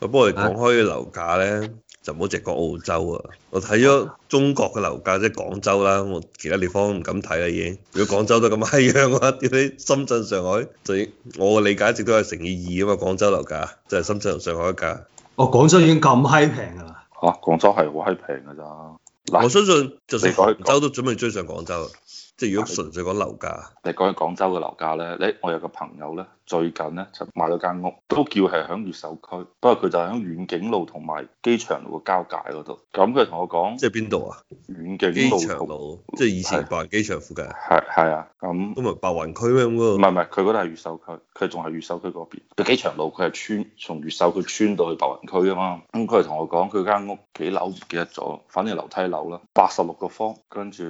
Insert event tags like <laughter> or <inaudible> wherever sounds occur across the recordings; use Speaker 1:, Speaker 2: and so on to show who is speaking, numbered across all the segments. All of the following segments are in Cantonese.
Speaker 1: 我幫我哋
Speaker 2: 啊
Speaker 1: 講開樓價咧，就唔好淨講澳洲啊！我睇咗中國嘅樓價，即係廣州啦，我其他地方唔敢睇啦已經。如果廣州都咁閪樣嘅話， <laughs> 屌你深圳、上海就已我嘅理解一直都係乘以二啊嘛！廣州樓價就係、深圳同上海嘅價。
Speaker 3: 哦，廣州已經咁閪平㗎啦，
Speaker 2: 嚇、啊廣州係好閪平㗎咋。
Speaker 1: 我
Speaker 2: 嗱，
Speaker 1: 相信就算
Speaker 2: 你講
Speaker 1: 杭州都準備追上廣州啊，即係如果純粹講樓價，
Speaker 2: 你講起廣州嘅樓價咧，咧我有個朋友咧，最近咧就買咗間屋，都叫係響越秀區，不過佢就喺遠景路同埋機場路嘅交界嗰度。咁佢同我講，
Speaker 1: 即係邊度啊？
Speaker 2: 遠景
Speaker 1: 機
Speaker 2: 路
Speaker 1: 場
Speaker 2: 同
Speaker 1: 路，即係以前
Speaker 2: 係
Speaker 1: 白雲機場附近，
Speaker 2: 係係啊，咁
Speaker 1: 都唔係白雲區咩咁
Speaker 2: 唔
Speaker 1: 嗰度？
Speaker 2: 係唔係，佢嗰度係越秀區，佢仲係越秀區嗰邊。佢機場路佢係穿從越秀區穿到去白雲區啊嘛。咁佢係同我講，佢間屋幾樓唔記得咗，反正樓梯樓啦，八十六個方，跟住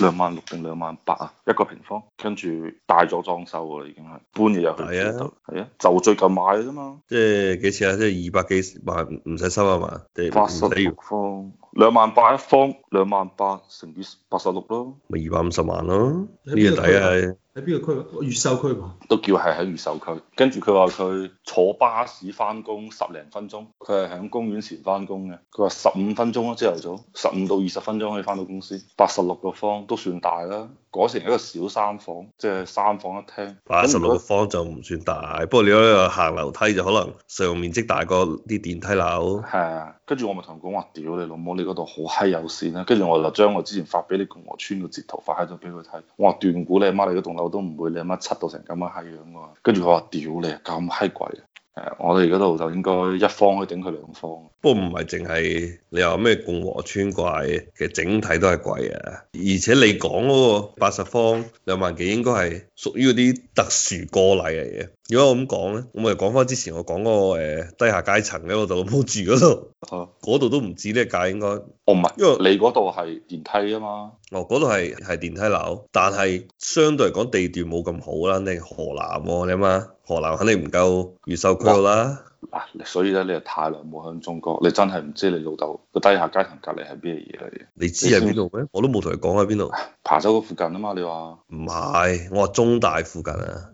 Speaker 2: 兩萬六定兩萬八啊一個平方，跟住大咗裝修㗎啦已經係，搬嘢入去
Speaker 1: 係啊
Speaker 2: 住度，係啊，就最近買嘅啫嘛，
Speaker 1: 即係幾錢啊？即係二百幾萬，唔使收啊嘛？定
Speaker 2: 八
Speaker 1: 唔
Speaker 2: 十
Speaker 1: 使要
Speaker 2: 六方，兩萬八一方，兩萬八乘以八十六咯，
Speaker 1: 咪二百五十萬咯，呢個
Speaker 3: 邊個區
Speaker 1: 抵
Speaker 3: 啊
Speaker 1: 啊！
Speaker 3: 喺邊個區啊？越秀區嘛。
Speaker 2: 都叫係喺越秀區。跟住佢話佢坐巴士翻工十零分鐘，佢係喺公園前翻工嘅。佢話十五分鐘咯，朝頭早十五到二十分鐘可以翻到公司。八十六個方都算大啦，改成一個小三房，即係三房一廳。
Speaker 1: 八十
Speaker 2: 咁如
Speaker 1: 六個
Speaker 2: 果
Speaker 1: 方就唔算大，不過你嗰度行樓梯就可能上面積大過啲電梯樓。
Speaker 2: 係啊，跟住我咪同佢講話，屌你老母，你嗰度好閪有線啊啦！跟住我就將我之前發俾你共和村個截圖發喺度俾佢睇，我話斷估你阿媽你嗰棟樓都唔會你阿媽柒到成咁嘅閪樣㗎嘛！跟住佢話：屌你啊，咁閪貴啊！誒，我哋嗰度就應該一方可以頂佢兩方。
Speaker 1: 不過唔係淨係你話咩共和村貴，其實整體都係貴啊。而且你講嗰個八十方兩萬幾應該係屬於嗰啲特殊個例嚟嘅。如果我咁講咧，我咪講翻之前我講嗰、個、呃、低下階層咧，我就老母住嗰度，
Speaker 2: 哦，
Speaker 1: 嗰度都唔止呢個價應該。
Speaker 2: 唔係，
Speaker 1: 因為
Speaker 2: 你嗰度係電梯啊嘛，
Speaker 1: 哦，嗰度係係電梯樓，但係相對嚟講地段冇咁好啦。你河南喎、你諗下，河南肯定唔夠越秀區好啦。
Speaker 2: 嗱，所以咧你係太耐冇喺中國，你真係唔知你老豆個低下階層隔離係咩嘢嚟嘅。
Speaker 1: 你知喺邊度咩？我都冇同佢講喺邊度。
Speaker 2: 琶洲嗰附近啊嘛，你話
Speaker 1: 唔係，我話中大附近啊，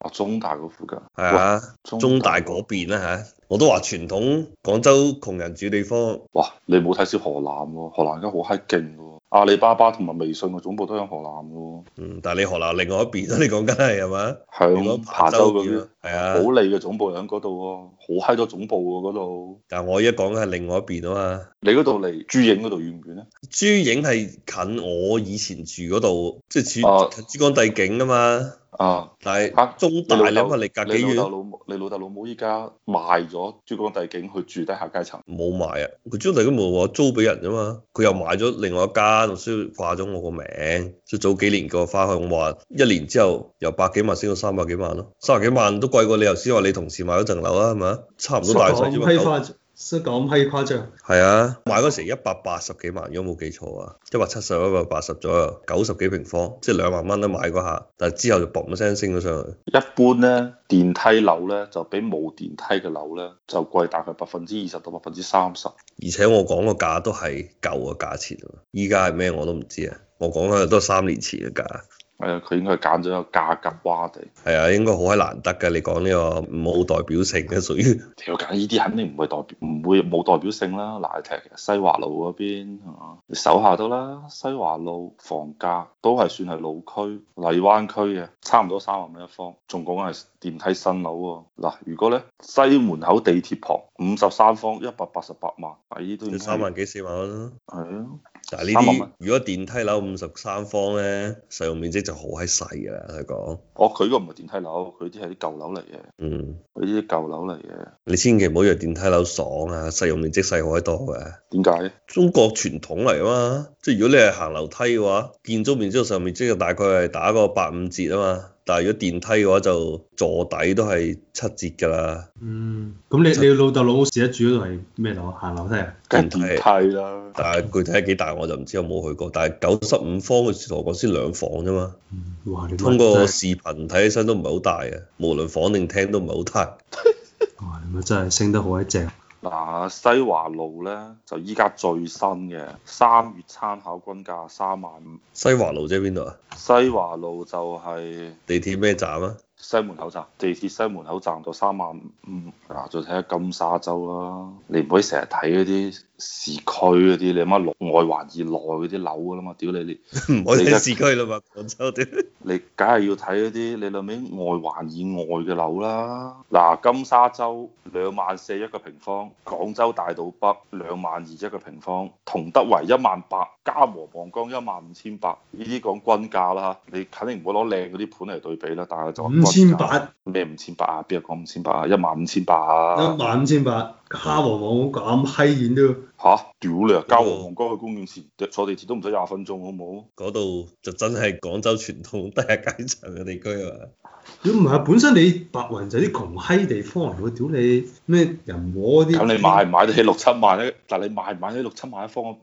Speaker 2: 哦中大嗰附近，
Speaker 1: 係啊，
Speaker 2: 哇
Speaker 1: 中大嗰邊啦、嚇。我都話傳統廣州窮人住地方，
Speaker 2: 哇！你冇睇小河南喎，河南而家好閪勁嘅喎，阿里巴巴同埋微信嘅總部都喺河南嘅喎，
Speaker 1: 嗯，但係你河南另外一邊啦，你講緊係係嘛？你
Speaker 2: 響
Speaker 1: 講
Speaker 2: 琶
Speaker 1: 琶
Speaker 2: 洲
Speaker 1: 洲
Speaker 2: 嗰
Speaker 1: 嗰邊
Speaker 2: 邊
Speaker 1: 啊，係啊
Speaker 2: 保利嘅總部喺嗰度喎，好閪多總部喎嗰度。
Speaker 1: 但係我而家講緊係另外一邊啊嘛。
Speaker 2: 你嗰度離珠影嗰度遠唔遠啊咧？
Speaker 1: 珠影係近我以前住嗰度，即
Speaker 2: 哦
Speaker 1: 係似珠江帝景啊嘛。
Speaker 2: 啊，
Speaker 1: 但
Speaker 2: 嚇
Speaker 1: 係中大你
Speaker 2: 你
Speaker 1: 諗
Speaker 2: 老
Speaker 1: 下
Speaker 2: 豆
Speaker 1: 你隔幾
Speaker 2: 你老豆
Speaker 1: 遠？
Speaker 2: 老母，你老豆老母依家賣咗珠江帝景去住低下階層。
Speaker 1: 冇買啊！佢中大都冇話租俾人啫嘛，佢又買咗另外一間，所以掛咗我個名。即係早幾年個花去，我話一年之後由百幾萬升到三百幾萬咯，三百幾萬都貴過你頭先話你同事買嗰層樓啊，係咪啊？差唔多
Speaker 2: <laughs>
Speaker 1: 大細啫
Speaker 3: 咁
Speaker 1: 嘛
Speaker 3: 閪
Speaker 1: 九。
Speaker 3: 誇張，所以咁閪誇張。
Speaker 1: 係啊，買嗰時一百八十幾萬，如果冇記錯啊，一百七十、一百八十左右，九十幾平方，即係兩萬蚊都買嗰下，但係之後就嘣一聲升咗上去。
Speaker 2: 一般咧，電梯樓咧就比冇電梯嘅樓咧就貴大概百分之二十到百分之三十。
Speaker 1: 而且我講個價都係舊嘅價錢啊，依家係咩我都唔知啊。我講嘅都係三年前嘅價，
Speaker 2: 誒，佢應該係揀咗一個價格洼地。
Speaker 1: 係啊，應該好閪難得嘅。你講呢個冇代表性嘅，屬於
Speaker 2: 條揀呢啲肯定唔會代表，唔會冇代表性啦。嗱，踢西華路嗰邊係嘛你搜下都啦。西華路房價都係算係老區、荔灣區嘅，差唔多三萬蚊一方，仲講緊係電梯新樓喎。嗱，如果咧西門口地鐵旁五十三方一百八十八萬，嗱呢啲都已經係
Speaker 1: 三萬幾四萬蚊咯。
Speaker 2: 係啊。
Speaker 1: 但係呢
Speaker 2: 嗯三萬蚊
Speaker 1: 啲如果電梯樓五十三房咧，使用面積就好閪細㗎啦。佢講，
Speaker 2: 哦，佢嗰個唔係電梯樓，佢啲係啲舊樓嚟嘅，
Speaker 1: 嗯，
Speaker 2: 佢啲舊樓嚟嘅。
Speaker 1: 你千祈唔好以為電梯樓爽啊，使用面積細好閪多嘅。
Speaker 2: 點解咧？
Speaker 1: 中國傳統嚟啊嘛，即係如果你係行樓梯嘅話，建築面積上面積就大概係打個八五折啊嘛。但係如果電梯嘅話，就座底都係七折㗎啦。
Speaker 3: 嗯，咁你你老豆老母時一住嗰度係咩樓？行樓梯啊？
Speaker 2: 梗係電梯啦。
Speaker 1: 但係具體係幾大我就唔知，我冇去過。但係九十五方嘅同我講先兩房啫嘛，
Speaker 3: 嗯，哇！你
Speaker 1: 通
Speaker 3: 通
Speaker 1: 過視頻睇起身都唔係好大嘅，無論房定廳都唔係好大。
Speaker 3: 哇！你咪真係升得好閪正。
Speaker 2: 嗱，西華路咧就依家最新嘅三月參考均價三萬五，
Speaker 1: 西華路啫邊度啊？
Speaker 2: 西華路就係
Speaker 1: 地鐵咩站啊？ <laughs>
Speaker 2: 西門口站，地鐵西門口站就三萬五。嗱，再睇下金沙洲啦，你唔可以成日睇嗰啲市區嗰啲，你乜外環以內嗰啲樓噶啦嘛，屌你你
Speaker 1: 唔可以喺市區啦嘛，廣州屌。
Speaker 2: 你梗係要睇嗰啲你諗尾外環以外嘅樓啦。嗱，金沙洲兩萬四一個平方，廣州大道北兩萬二一個平方，同德圍一萬八，嘉禾望江一萬五千八，呢啲講均價啦嚇，你肯定唔好攞靚嗰啲盤嚟對比啦，但係就講
Speaker 3: 五千
Speaker 2: 均價
Speaker 3: 八，
Speaker 2: 咩五千八啊？邊個講五千八啊？一萬五千八啊
Speaker 3: 一？萬五千八，蝦和網咁閪遠都要，
Speaker 2: 嚇！屌你啊！嘉禾望江去公園前坐地鐵都唔使廿分鐘，好唔
Speaker 1: 嗰度就真係廣州傳統低下階層嘅地區啊嘛。
Speaker 3: 屌唔係本身你白雲就啲窮閪地方嚟喎，屌你咩人和嗰
Speaker 2: 好？
Speaker 3: 啲，
Speaker 2: 咁你買唔買得起六七萬咧？但你買唔買得起六七萬一方啊？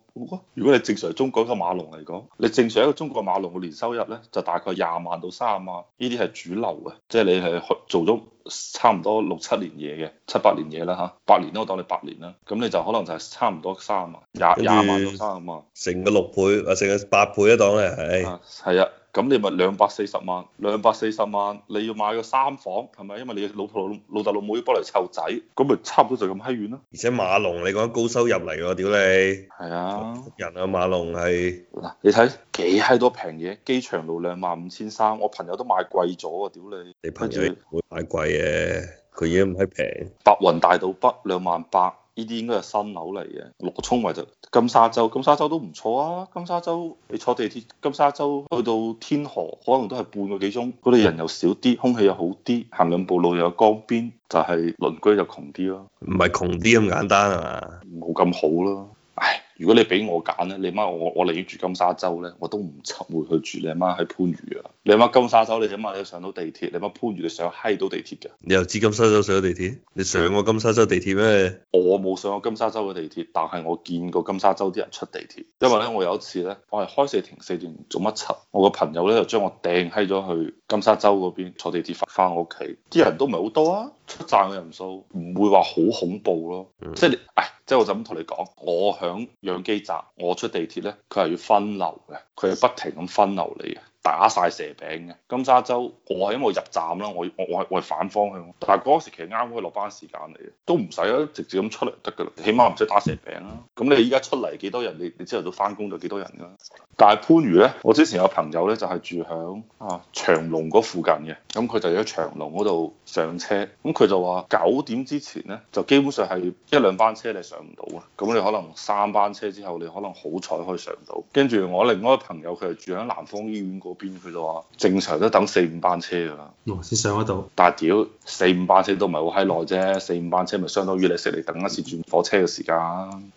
Speaker 2: 如果你正常中國一個馬龍嚟講，你正常一個中國馬龍嘅年收入咧，就大概廿萬到三十萬，呢啲係主流嘅，即係你係去做咗差唔多六七年嘢嘅，七八年嘢啦嚇，八年都我當你八年啦，咁你就可能就係差唔多三十萬，廿
Speaker 1: 跟住
Speaker 2: 廿萬到三十萬。
Speaker 1: 成個六倍啊，成個八倍一檔咧，唉，
Speaker 2: 啊，係啊，咁你咪兩百四十萬，兩百四十萬，你要買個三房係咪？因為你老婆老老豆老母要幫你湊仔，咁咪差唔多就咁閪遠咯。
Speaker 1: 而且馬龍你講高收入嚟喎，屌你，
Speaker 2: 係啊，
Speaker 1: 人啊馬龍係
Speaker 2: 嗱，你睇幾閪多平嘢，機場路兩萬五千三，我朋友都買貴咗啊！屌你，
Speaker 1: 你朋友唔會買貴嘅，佢已經唔係平，
Speaker 2: 白雲大道北兩萬八，呢啲應該係新樓嚟嘅。羅沖圍就金沙洲，金沙洲都唔錯啊！金沙洲你坐地鐵，金沙洲去到天河可能都係半個幾鐘，嗰度人又少啲，空氣又好啲，行兩步路又有江邊，就係、鄰居就窮啲咯，
Speaker 1: 唔係窮啲咁簡單啊
Speaker 2: 冇咁好咯。唉，如果你俾我揀咧，你媽我我寧願住金沙洲咧，我都唔執會去住你媽喺番禺啊！你媽金沙洲你起碼你上到地鐵，你媽番禺你上閪到地鐵嘅。
Speaker 1: 你又知金沙洲上咗地鐵？你上過金沙洲地鐵咩？
Speaker 2: 我冇上過金沙洲嘅地鐵，但係我見過金沙洲啲人出地鐵。因為咧，我有一次咧，我係開四停四段做乜柒？我個朋友咧就將我掟閪咗去金沙洲嗰邊坐地鐵翻翻我屋企。啲人都唔係好多啊，出站嘅人數唔會話好恐怖咯。即係你，唉，即係我就咁同你講，我響養基站，我出地鐵咧，佢係要分流嘅，佢係不停咁分流你嘅。打晒蛇餅嘅金沙洲，我係因為我入站啦，我我我係我係反方向，但係嗰時其實啱好係落班時間嚟嘅，都唔使啊，直接咁出嚟得㗎啦，起碼唔使打蛇餅啦。咁你依家出嚟幾多人？你你朝頭早翻工就幾多人㗎啦。但係番禺咧，我之前有朋友咧就係、住響啊長隆嗰附近嘅，咁佢就喺長隆嗰度上車，咁佢就話九點之前咧就基本上係一兩班車你上唔到啊，咁你可能三班車之後你可能好彩可以上到，跟住我另外一個朋友佢係住喺南方醫院嗰邊，佢就話正常都等四五班車㗎啦。
Speaker 3: 哦先上得到，
Speaker 2: 但係屌四五班車都唔係好閪耐啫，四五班車咪相當於你食嚟等一次轉火車嘅時間，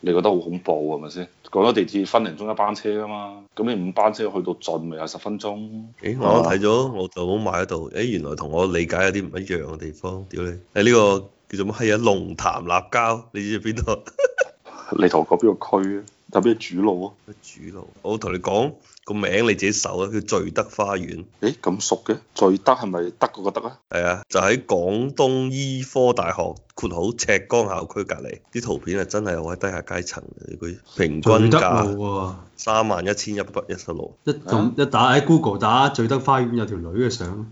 Speaker 2: 你覺得好恐怖啊係咪先？廣州地鐵分零鐘一班車啊嘛，咁你五班車去到盡咪有十分鐘。
Speaker 1: 誒，我啱睇咗我就好買喺度，誒，原來同我理解有啲唔一樣嘅地方，屌你！喺呢個叫做乜閪啊？龍潭立交，你知唔知邊度？ <laughs>
Speaker 2: 你同我講邊個區啊？有咩主路啊？
Speaker 1: 主路，我同你講個名你自己搜啦，叫聚德花園。
Speaker 2: 誒咁熟嘅，最德係咪德嗰個德啊？
Speaker 1: 係啊，就喺廣東醫科大學括號赤崗校區隔離，啲圖片係啊真係好喺低下階層嘅，佢平均
Speaker 3: 聚德
Speaker 1: 價
Speaker 3: 路喎，
Speaker 1: 三萬一千一百一十六，
Speaker 3: 一撳一打喺 Google 打聚德花園有條女
Speaker 1: <laughs>
Speaker 3: 嘅相，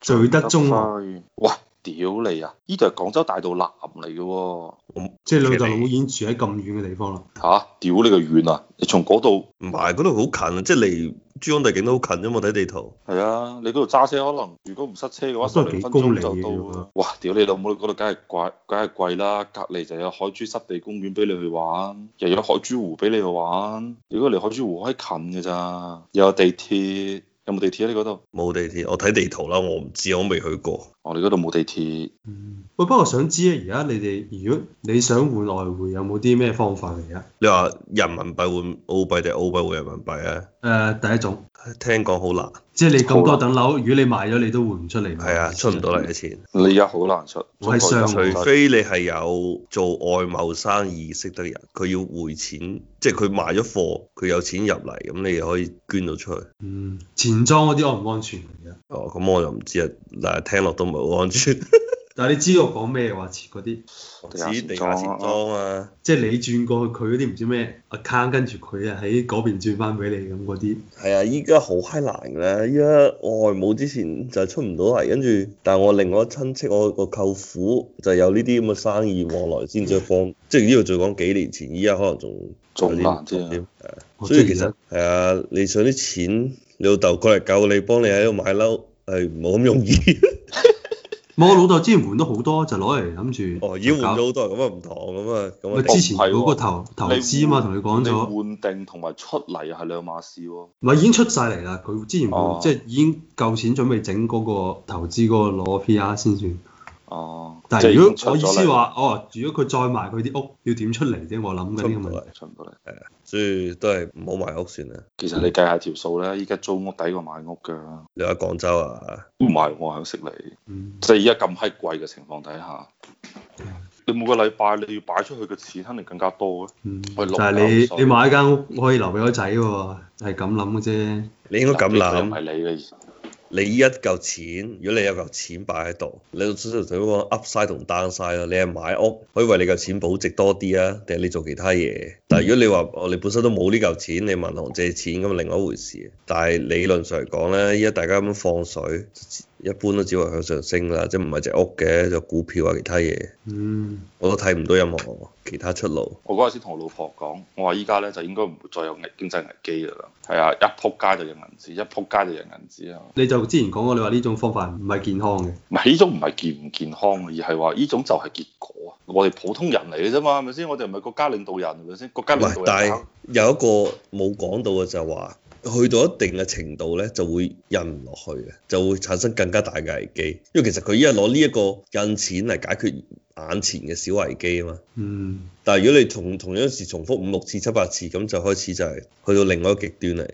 Speaker 3: 聚德中啊學，
Speaker 2: 園。哇！屌你啊！呢度係廣州大道南嚟嘅喎
Speaker 1: 我
Speaker 3: 即係老豆老母已經住喺咁遠嘅地方啦，
Speaker 2: 吓屌你個遠啊！你從嗰度
Speaker 1: 唔係嗰度好近啊，即係離珠江帝景都好近啫嘛，睇地圖。
Speaker 2: 係啊，你嗰度揸車可能，如果唔塞車嘅話，十
Speaker 3: 都係
Speaker 2: 零
Speaker 3: 幾
Speaker 2: 分
Speaker 3: 公
Speaker 2: 鐘
Speaker 3: 里嘅
Speaker 2: 就
Speaker 3: 啫
Speaker 2: 到
Speaker 3: 喎
Speaker 2: 啦。哇！屌你老母，嗰度梗係貴，梗係貴啦。隔離就有海珠濕地公園俾你去玩，又有海珠湖俾你去玩。如果離海珠湖好閪近嘅咋，又有地鐵，有冇地鐵啊？你嗰度？
Speaker 1: 冇地鐵，我睇地圖啦，我唔知，我未去過。
Speaker 2: 我哋嗰度冇地鐵。
Speaker 3: 嗯，喂，不過想知咧，而家你哋如果你想換外匯，有冇啲咩方法嚟啊？
Speaker 1: 你話人民幣換澳幣定澳幣換人民幣啊？
Speaker 3: 誒、呃第一種，
Speaker 1: 聽講好難，
Speaker 3: 即係你咁多等樓，如果你賣咗，你都換唔出嚟。
Speaker 1: 係啊，出唔到嚟嘅錢。
Speaker 2: 你而家好難出，
Speaker 3: 啊我係
Speaker 2: 中國
Speaker 3: 上
Speaker 2: 而家好難出
Speaker 1: 除非你係有做外貿生意識得人，佢要匯錢，即係佢賣咗貨，佢有錢入嚟，咁你就可以捐到出去。
Speaker 3: 嗯，錢莊嗰啲安唔安全嚟嘅？
Speaker 2: <laughs>
Speaker 1: 哦，咁我就唔知啊，但係聽落都唔係好安全。
Speaker 3: 但係你知我講咩話？切嗰啲
Speaker 1: 知地下錢莊啊，
Speaker 3: 即係你轉過去佢嗰啲唔知咩 account，跟住佢啊喺嗰邊轉翻俾你咁嗰啲。
Speaker 1: 係啊，依家好閪難㗎啦！依家我外母之前就係出唔到嚟，跟住但係我另外一親戚，我個舅父就有呢啲咁嘅生意往來先至放，即係呢度再講幾年前，依家可能仲
Speaker 2: 嗯仲
Speaker 1: 有
Speaker 2: 難啲啊
Speaker 1: 係啊
Speaker 3: 我
Speaker 1: 所以
Speaker 3: 哦即係
Speaker 1: 其實係啊，你想啲錢，你老豆過嚟救你，幫你喺度買樓，係冇咁容易。
Speaker 3: 唔係我老豆之前換咗好多，就攞嚟諗住
Speaker 1: 哦，已經換
Speaker 3: 搞
Speaker 1: 咗好多人，咁啊唔同咁啊，咁
Speaker 3: 咪
Speaker 1: 啊
Speaker 2: 即
Speaker 3: 之前嗰個投投資啊嘛，
Speaker 2: 你
Speaker 3: 同你
Speaker 2: 你
Speaker 3: 講咗。
Speaker 2: 換定同埋出嚟又係兩碼事喎。
Speaker 3: 唔係已經出晒嚟啦，佢之前會
Speaker 2: 哦
Speaker 3: 即係已經夠錢準備整嗰個投資嗰個攞 PR 先算。
Speaker 2: 哦，
Speaker 3: 但
Speaker 2: 即係
Speaker 3: 係如
Speaker 2: 已經
Speaker 3: 果
Speaker 2: 出
Speaker 3: 我意
Speaker 2: 咗
Speaker 3: 思
Speaker 2: 嚟
Speaker 3: 話，哦，如果佢再賣佢啲屋，要點出嚟啫？我諗緊
Speaker 1: 出
Speaker 3: 呢
Speaker 1: 唔
Speaker 3: 個
Speaker 1: 到
Speaker 3: 問題
Speaker 1: 嚟，，
Speaker 2: 出唔到嚟，
Speaker 1: 啊所以都係唔好買屋算啦。
Speaker 2: 其實你計下條數咧，依家租屋抵過買屋㗎。
Speaker 1: 你喺廣州啊，
Speaker 2: 唔係，我係識你，
Speaker 3: 嗯，
Speaker 2: 即係依家咁閪貴嘅情況底下，你每個禮拜你要擺出去嘅錢肯定更加多嘅。
Speaker 3: 嗯
Speaker 2: 喂六
Speaker 3: 但係
Speaker 2: 嚿
Speaker 3: 你
Speaker 2: 水
Speaker 3: 你買間屋可以留俾個仔喎，係咁諗嘅啫。
Speaker 1: 你應該咁
Speaker 2: 但係佢
Speaker 1: 諗。
Speaker 2: 唔係你嘅，
Speaker 1: 你依一嚿錢，如果你有嚿錢擺喺度，你就純粹講 upside 同 downside 啊咯。你係買屋，可以為你嚿錢保值多啲啊，定係你做其他嘢？但係如果你話哦，你本身都冇呢嚿錢，你問銀行借錢咁，另外一回事。但係理論上嚟講咧，依家大家咁樣放水，一般都只會向上升啦，即係唔係隻屋嘅，就股票啊其他嘢，
Speaker 3: 嗯，
Speaker 1: 我都睇唔到任何其他出路。
Speaker 2: 我嗰陣時同我老婆講，我話依家咧就應該唔會再有危經濟危機㗎啦。係啊，一撲街就印銀紙，一撲街就印銀紙啊。
Speaker 3: 你就之前講過，你話呢種方法唔係健康嘅。
Speaker 2: 唔係呢種唔係健唔健康，啊而係話呢種就係結果啊！我哋普通人嚟嘅啫嘛，係咪先？我哋唔係國家領導人，係咪先？國家
Speaker 1: 唔係
Speaker 2: 領，導
Speaker 1: 但
Speaker 2: 人
Speaker 1: 係
Speaker 2: 搞
Speaker 1: 有一個冇講到嘅就係話，去到一定嘅程度咧，就會印唔落去嘅，就會產生更加大嘅危機。因為其實佢依家攞呢一個印錢嚟解決眼前嘅小危機啊嘛。
Speaker 3: 嗯，
Speaker 1: 但係如果你同同樣時重複五六次、七八次，咁就開始就係去到另外一個極端嚟。